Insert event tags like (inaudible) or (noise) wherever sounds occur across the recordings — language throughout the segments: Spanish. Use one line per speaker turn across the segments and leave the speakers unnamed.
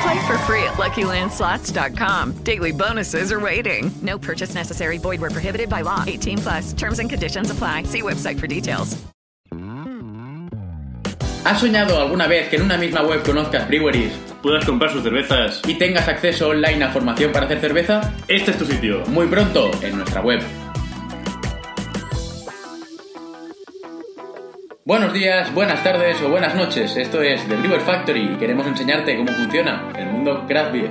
Play for free at LuckyLandSlots.com. Daily bonuses are waiting. No purchase necessary. Void where prohibited by law. 18 plus. Terms and conditions apply. See website for details.
¿Has soñado alguna vez que en una misma web conozcas breweries
puedas comprar sus cervezas.
y tengas acceso online a formación para hacer cerveza?
Este es tu sitio.
Muy pronto en nuestra web. Buenos días, buenas tardes o buenas noches. Esto es The Brewer Factory y queremos enseñarte cómo funciona el mundo craft beer.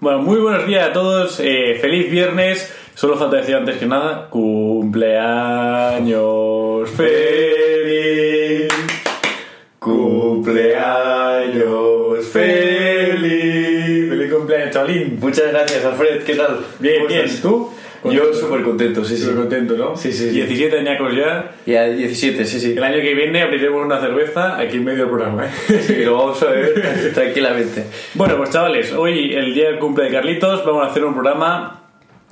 Bueno, muy buenos días a todos. eh, feliz viernes. Solo falta decir antes que nada, cumpleaños feliz. Cumpleaños feliz.
Feliz cumpleaños, chavalín.
Muchas gracias, Alfred.
¿Qué tal?
Bien,
¿Cómo
bien.
estás?
¿Tú?
Yo súper contento, sí, sí.
Súper contento, ¿no?
Sí, sí, sí.
17 añacos ya.
Y a 17, sí, sí.
El año que viene abriremos una cerveza aquí en medio del programa. ¿eh?
Sí, lo vamos a
(laughs)
ver tranquilamente.
Bueno, pues chavales, hoy el día del cumple de Carlitos vamos a hacer un programa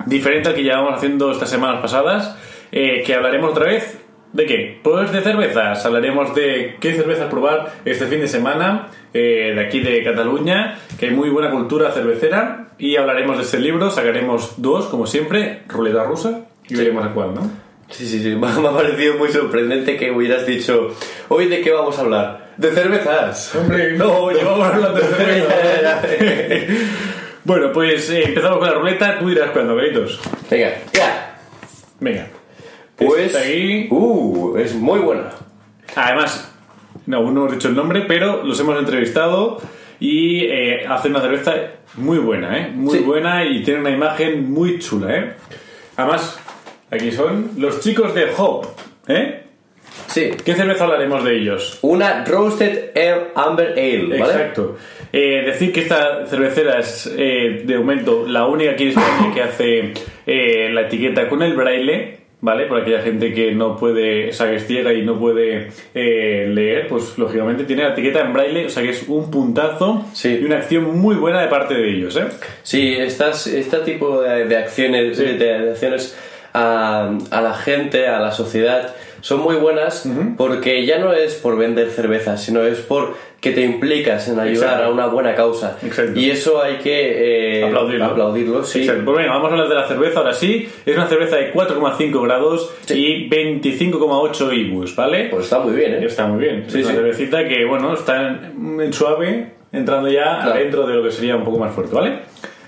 diferente al que llevamos haciendo estas semanas pasadas, eh, que hablaremos otra vez de qué? Pues de cervezas, hablaremos de qué cervezas probar este fin de semana eh, de aquí de Cataluña, que hay muy buena cultura cervecera, y hablaremos de este libro, sacaremos dos, como siempre, ruleta rusa, y veremos a cuál, ¿no?
Sí, sí, (laughs) sí. Me ha me ha parecido muy sorprendente que hubieras dicho, hoy de qué vamos a hablar. De cervezas. (laughs)
Hombre,
no,
llevamos hablando de (laughs) cerveza. Bueno, pues eh, empezamos con la ruleta, tú dirás cuándo, Carlitos.
Venga, ya.
Venga.
Pues...
Este Está aquí.
Uh, es muy buena.
Además, no, aún no hemos dicho el nombre, pero los hemos entrevistado y eh, hacen una cerveza muy buena, ¿eh? Muy
Sí.
buena y tiene una imagen muy chula, ¿eh? Además, aquí son los chicos de Hop, ¿eh?
Sí.
¿Qué cerveza hablaremos de ellos?
Una Roasted Air Amber Ale, ¿vale?
Exacto. Eh, decir que esta cervecera es, eh, de momento, la única aquí en España que hace eh, la etiqueta con el braille, ¿vale? Para aquella gente que no puede, o sea, que es ciega y no puede eh, leer, pues lógicamente tiene la etiqueta en braille, o sea que es un puntazo
Sí.
y una acción muy buena de parte de ellos, ¿eh?
Sí, estas, este tipo de, de acciones, de, de acciones a, a la gente, a la sociedad, son muy buenas porque ya no es por vender cerveza, sino es por que te implicas en ayudar
Exacto.
a una buena causa.
Exacto.
Y eso hay que eh,
aplaudirlo.
aplaudirlo, sí.
Exacto. Pues venga, vamos a hablar de la cerveza ahora sí. Es una cerveza de 4,5 grados
Sí.
y 25,8 IBUs, ¿vale?
Pues está muy bien, ¿eh?
Está muy bien.
Sí,
es una
sí.
cervecita que, bueno, está en, en suave, entrando ya
Claro.
dentro de lo que sería un poco más fuerte, ¿vale?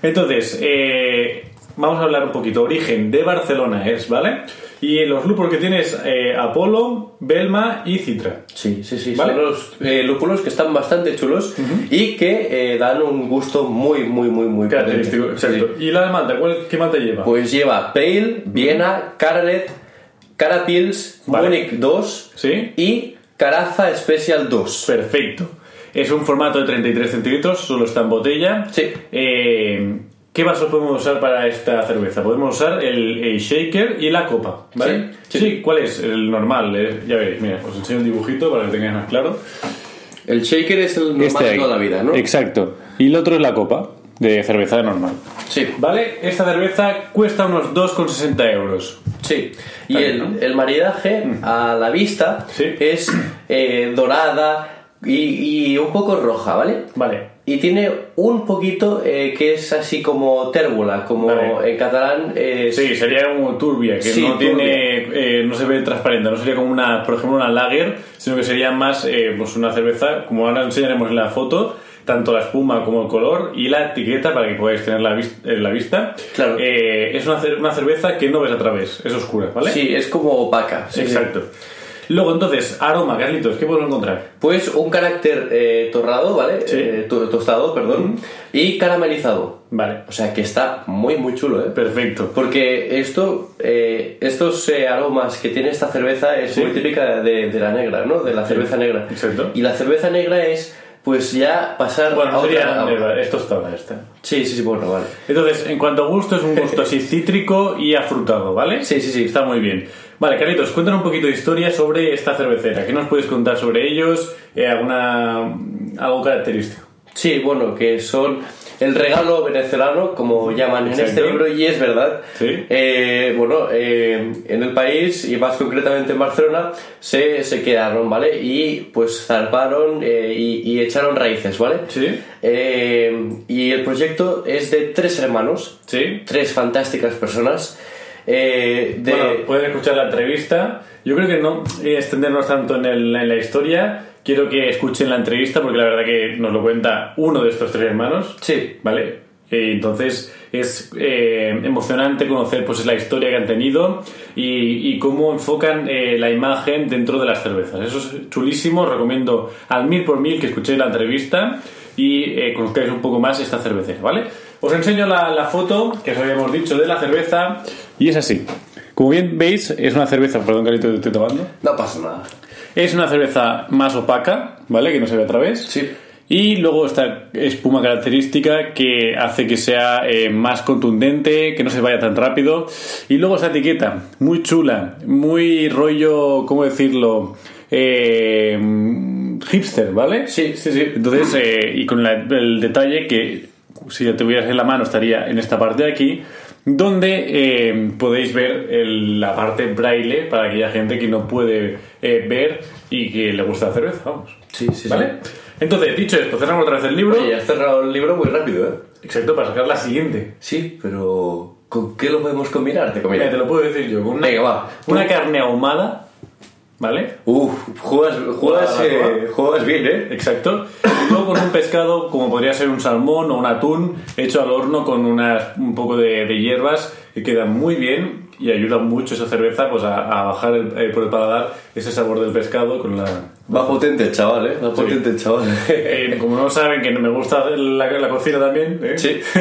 Entonces, eh, vamos a hablar un poquito. Origen de Barcelona es, ¿vale? Y los lúpulos que tienes, eh, Apolo, Belma y Citra.
Sí, sí, sí.
Vale.
Son los eh, lúpulos que están bastante chulos y que eh, dan un gusto muy, muy, muy, muy
Característico,
potente. Sí.
exacto. ¿Y la malta? ¿Cuál, ¿Qué malta lleva?
Pues lleva Pale, Viena, Carnet, Carapils,
Vale.
Munich 2
Sí.
y Caraza Special 2.
Perfecto. Es un formato de 33 centilitros, solo está en botella.
Sí.
Eh, ¿Qué vasos podemos usar para esta cerveza? Podemos usar el, el shaker y la copa, ¿vale?
Sí, sí.
¿cuál es? El normal, eh, ya veréis, mira, os enseño el dibujito para que tengáis más claro.
El shaker es el normal
Este
de toda la vida, ¿no?
Exacto. Y el otro es la copa, de cerveza normal.
Sí,
¿Vale? Esta cerveza cuesta unos 2,60 euros.
sí. Y
Está bien,
el,
¿no?
el maridaje a la vista
Sí.
es eh, dorada, y, y un poco roja, ¿vale?
Vale.
Y tiene un poquito eh, que es así como térbula, como
Vale.
en catalán es...
Sí, sería como turbia, que
Sí,
no
turbia.
tiene, eh, no se ve transparente, no sería como una, por ejemplo, una lager, sino que sería más, eh, pues una cerveza, como ahora enseñaremos en la foto, tanto la espuma como el color y la etiqueta para que podáis tener la, vis- en la vista.
Claro.
Eh, es una, cer- una cerveza que no ves a través, es oscura, ¿vale?
Sí, es como opaca. sí, sí.
Exacto. Luego, entonces, aroma, Carlitos, ¿qué podemos encontrar?
Pues un carácter eh, torrado, ¿vale?
Sí.
Eh, to- tostado, perdón. Y caramelizado.
Vale.
O sea que está muy, muy chulo, ¿eh?
Perfecto.
Porque esto, eh, estos eh, aromas que tiene esta cerveza es muy típica de, de la negra, ¿no? De la cerveza negra.
exacto.
Y la cerveza negra es, pues ya pasar
Bueno,
a otra.
sería, ¿eh?
a-
esto está, esta.
Sí, sí, sí, bueno, vale.
Entonces, en cuanto a gusto, es un
(laughs)
gusto así cítrico y afrutado, ¿vale?
Sí, sí, sí.
Está muy bien. Vale, Carlitos, cuéntanos un poquito de historia sobre esta cervecera. ¿Qué nos puedes contar sobre ellos? Eh, ¿Alguna... algo característico?
Sí, bueno, que son el regalo venezolano, como llaman en
Exacto.
este libro, y es verdad.
Sí.
Eh, bueno, eh, en el país, y más concretamente en Barcelona, se, se quedaron, ¿vale? Y pues zarparon eh, y, y echaron raíces, ¿vale?
Sí.
Eh, y el proyecto es de tres hermanos,
¿Sí?
tres fantásticas personas. eh, de...
Bueno, pueden escuchar la entrevista. Yo creo que no eh, extendernos tanto en, el- en la historia. Quiero que escuchen la entrevista porque la verdad que nos lo cuenta uno de estos tres hermanos.
Sí.
¿Vale? Eh, entonces es eh, emocionante conocer pues la historia que han tenido y, y cómo enfocan eh, la imagen dentro de las cervezas. Eso es chulísimo, os recomiendo al mil por mil que escuchéis la entrevista y eh, conozcáis un poco más esta cervecera, ¿vale? Os enseño la, la foto que os habíamos dicho de la cerveza y es así. Como bien veis, es una cerveza, perdón Carito, te estoy tomando.
No pasa nada.
Es una cerveza más opaca, ¿vale? Que no se ve a través.
Sí.
Y luego esta espuma característica que hace que sea eh, más contundente, que no se vaya tan rápido. Y luego esta etiqueta, muy chula, muy rollo, ¿cómo decirlo? Eh, hipster, ¿vale?
Sí, sí, sí.
Entonces, eh, y con la- el detalle que si lo tuvieras en la mano estaría en esta parte de aquí, donde eh, podéis ver el- la parte braille para aquella gente que no puede eh, ver y que le gusta la cerveza, vamos.
Sí, sí, sí.
¿Vale? Entonces, dicho esto, cerramos otra vez el libro.
Oye, has cerrado el libro muy rápido, ¿eh?
Exacto, para sacar la siguiente.
Sí, pero ¿con qué lo podemos combinar? Te
Mira, te
combinas.
lo puedo decir yo. Con una,
Venga, va.
una carne ahumada, ¿vale?
Uf, juegas, juegas,
Guau, guau.
eh, juegas bien, ¿eh?
Exacto. Y luego con un pescado, como podría ser un salmón o un atún, hecho al horno con unas- un poco de, de hierbas, que queda muy bien y ayuda mucho esa cerveza pues, a, a bajar el- eh, por el paladar ese sabor del pescado con la...
Va potente el chaval, ¿eh? Va potente el chaval.
(laughs)
(laughs)
Eh, como no saben que me gusta la, la cocina también. ¿eh?
Sí.
(laughs)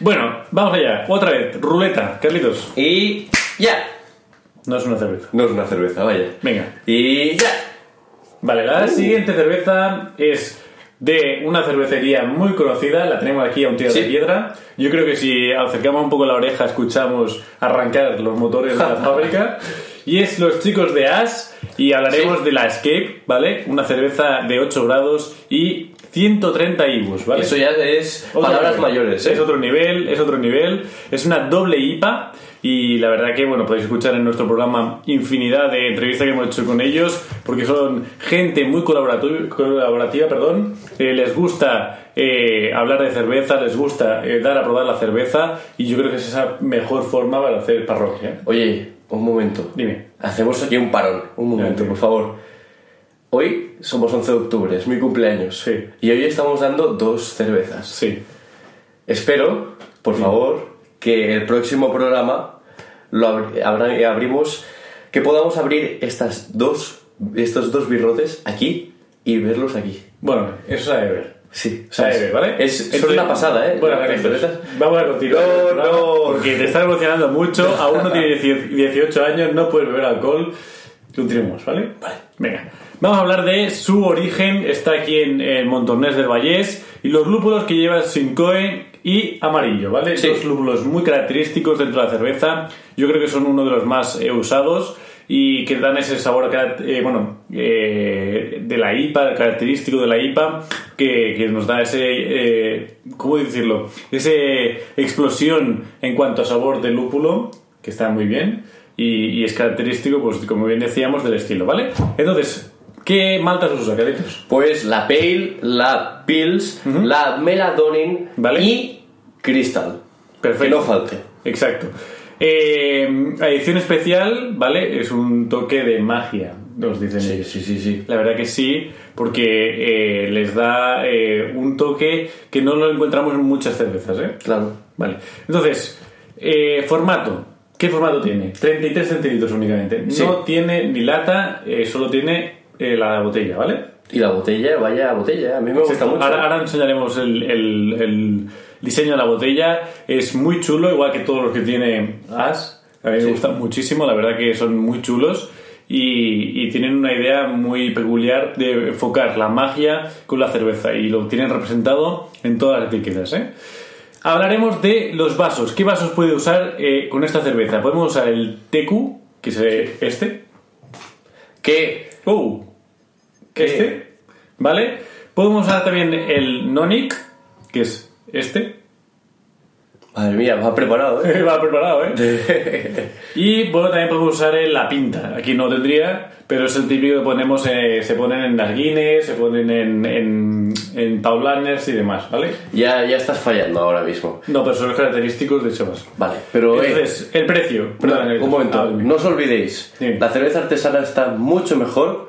bueno, vamos allá. Otra vez, ruleta, Carlitos.
y ya.
No es una cerveza.
No es una cerveza, vaya.
Venga.
Y ya.
Vale,
Uh.
la siguiente cerveza es de una cervecería muy conocida, la tenemos aquí a un tiro de
Sí.
piedra. Yo creo que si acercamos un poco la oreja escuchamos arrancar los motores
(laughs)
de la fábrica. Y es los chicos de As y hablaremos de la Escape, ¿vale? Una cerveza de 8 grados y 130 IBUs, ¿vale?
Eso ya es
Otro
palabras
nivel.
mayores, ¿eh?
Es otro nivel, es otro nivel. Es una doble IPA y la verdad que, bueno, podéis escuchar en nuestro programa infinidad de entrevistas que hemos hecho con ellos porque son gente muy colaboratu- colaborativa, perdón. Eh, les gusta eh, hablar de cerveza, les gusta eh, dar a probar la cerveza y yo creo que es esa mejor forma para hacer parroquia.
Oye, un momento.
Dime.
Hacemos aquí un parón. Un momento,
Adelante.
por favor. Hoy somos 11 de octubre, es mi cumpleaños.
Sí.
Y hoy estamos dando dos cervezas.
Sí.
Espero, por favor, que el próximo programa lo abri- abra- que abrimos, que podamos abrir estas dos, estos dos birrotes aquí y verlos aquí.
Bueno, eso se ha de ver.
Sí, o sea,
¿Sabes?
es-
¿vale?
Es, son
Entonces,
una pasada, ¿eh?
Bueno,
Las
Carlitos,
cervezas.
vamos a continuar.
No,
el programa,
no.
Porque te estás
(laughs)
emocionando mucho, aún no tienes 18 años, no puedes beber alcohol. Continuemos, ¿vale? Vale. Venga. Vamos a hablar de su origen, está aquí en, en Montornés del Vallés, y los lúpulos que lleva Sincoe y amarillo, ¿vale?
Sí.
Dos lúpulos muy característicos dentro de la cerveza, yo creo que son uno de los más eh, usados y que dan ese sabor carac- eh, bueno eh, de la IPA característico de la IPA que, que nos da ese eh, cómo decirlo ese explosión en cuanto a sabor de lúpulo que está muy bien y, y es característico pues como bien decíamos del estilo vale entonces ¿Qué maltas usa, Carlitos?
Pues la Pale, la Pills, la Meladonin
Vale.
y Crystal.
Perfecto.
Que no falte.
Exacto. Eh, adición especial, ¿vale? Es un toque de magia, nos dicen ellos.
sí, sí, sí.
La verdad que sí, porque eh, les da eh, un toque que no lo encontramos en muchas cervezas, ¿eh?
Claro.
Vale. Entonces, eh, formato. ¿Qué formato tiene? 33 centilitros únicamente.
Sí.
No tiene ni lata, eh, solo tiene eh, la botella, ¿vale?
Y la botella, vaya botella, a mí me gusta mucho.
Ahora, ahora enseñaremos el, el- el diseño de la botella. Es muy chulo, igual que todos los que tiene As. A mí me gustan muchísimo, la verdad que son muy chulos. Y, y tienen una idea muy peculiar de enfocar la magia con la cerveza. Y lo tienen representado en todas las etiquetas. ¿eh? Hablaremos de los vasos. ¿Qué vasos puede usar eh, con esta cerveza? Podemos usar el TQ, que es eh, este.
Que
¡Oh!
¿Qué?
Este, ¿vale? Podemos usar también el Nonic, que es este. (laughs)
Madre mía, va preparado, ¿eh?
Va preparado, ¿eh? y bueno, también podemos usar el- la pinta. Aquí no tendría, pero es el típico que ponemos, eh, se ponen en las guines, se ponen en, en, en taulaners y demás, ¿vale?
(laughs) Ya, ya estás fallando ahora mismo.
No, pero son los característicos de ese vaso.
Vale, pero... eh,
Entonces, el precio.
No,
Perdón, el-
un momento,
ah,
no os olvidéis,
Sí.
la cerveza artesana está mucho mejor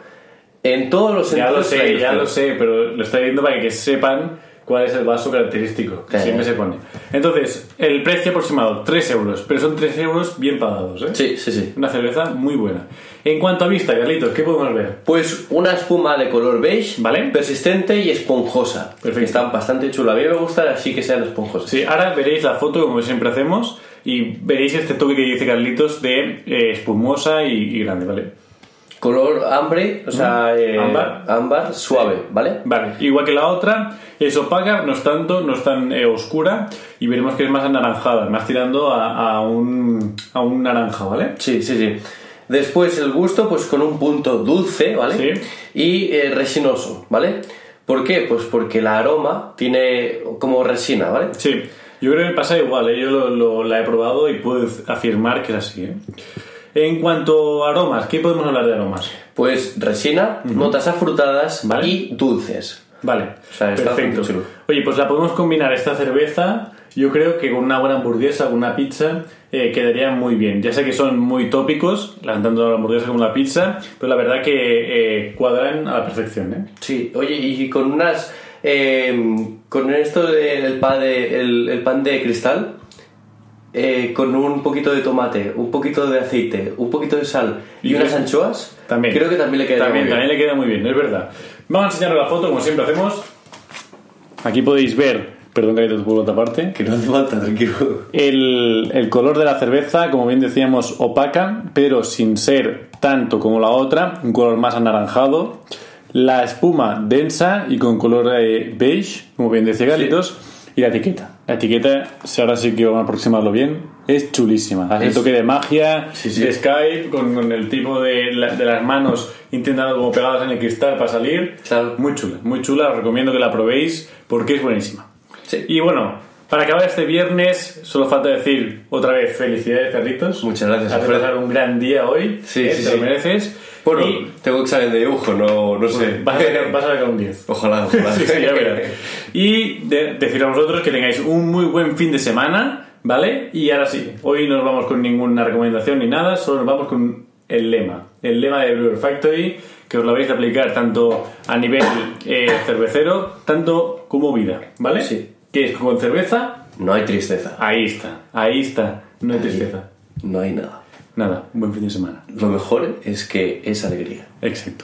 en todos los
Ya
sentidos.
lo
que
sé,
la
ya lo
industria.
sé, pero lo estoy viendo para que sepan cuál es el vaso característico que
Claro.
siempre se pone. Entonces, el precio aproximado, 3 euros, pero son 3 euros bien pagados, ¿eh?
Sí, sí, sí.
Una cerveza muy buena. En cuanto a vista, Carlitos, ¿qué podemos ver?
Pues una espuma de color beige,
Vale.
persistente y esponjosa.
Perfecto.
Que están bastante chula. A mí me gustan así que sean esponjosas.
Sí, ahora veréis la foto como siempre hacemos y veréis este toque que dice Carlitos de eh, espumosa y, y grande, ¿vale?
Color hambre, o sea, eh,
Ámbar.
ámbar suave, ¿vale?
Vale, igual que la otra, es opaca, no es tanto, no es tan eh, oscura y veremos que es más anaranjada, más tirando a, a un, a un naranja, ¿vale?
Sí, sí, sí. Después el gusto, pues con un punto dulce, ¿vale?
Sí.
Y eh, resinoso, ¿vale? ¿Por qué? Pues porque el aroma tiene como resina, ¿vale?
Sí, yo creo que pasa igual, ¿eh? yo lo, lo- la he probado y puedo afirmar que es así. ¿eh? En cuanto a aromas, ¿qué podemos hablar de aromas?
Pues resina, notas afrutadas
Vale.
y dulces.
Vale,
sea, está
perfecto.
bastante chulo.
Oye, pues la podemos combinar esta cerveza, yo creo que con una buena hamburguesa, con una pizza, eh, quedaría muy bien. Ya sé que son muy tópicos, la- tanto la hamburguesa como la pizza, pero la verdad que eh, cuadran a la perfección. ¿eh?
Sí, oye, y con unas. eh, con esto del pan de, el, el pan de cristal, eh, con un poquito de tomate, un poquito de aceite, un poquito de sal y,
Y
unas
creo-
anchoas,
También.
creo que también le queda muy
también,
bien.
también le queda muy bien, es verdad. Vamos a enseñaros la foto, como siempre hacemos. Aquí podéis ver, perdón que te por otra parte,
Que no hace falta, tranquilo.
El, el color de la cerveza, como bien decíamos, opaca, pero sin ser tanto como la otra, un color más anaranjado. La espuma densa y con color eh, beige, como bien decía Galitos. Y la etiqueta. La etiqueta, si ahora sí que vamos a aproximarlo bien, es chulísima. Hace
Es-
toque de magia,
Sí, sí.
de Skype, con, con el tipo de, la- de las manos intentando como pegadas en el cristal para salir.
Claro.
Muy chula, muy chula. Os recomiendo que la probéis porque es buenísima.
Sí.
Y bueno, para acabar este viernes, solo falta decir otra vez felicidades, Carlitos.
Muchas gracias,
Has
Alfredo.
pasado un gran día hoy.
Sí,
¿eh?
sí,
Te
sí.
lo mereces.
Bueno,
Y,
tengo examen de dibujo, no, no sé.
bueno, vas, a sacar, vas a sacar un 10.
Ojalá, (laughs) ojalá.
(laughs) Sí, sí, ya verás. Y de- decir a vosotros que tengáis un muy buen fin de semana, ¿vale? Y ahora sí, hoy no nos vamos con ninguna recomendación ni nada, solo nos vamos con el lema. El lema de Brewer Factory, que os lo vais a aplicar tanto a nivel eh, cervecero, tanto como vida, ¿vale?
Sí.
Que es con cerveza,
No hay tristeza,
ahí está, ahí está, no hay tristeza.
no hay nada.
Nada, buen fin de semana.
Lo mejor es que es alegría.
Exacto.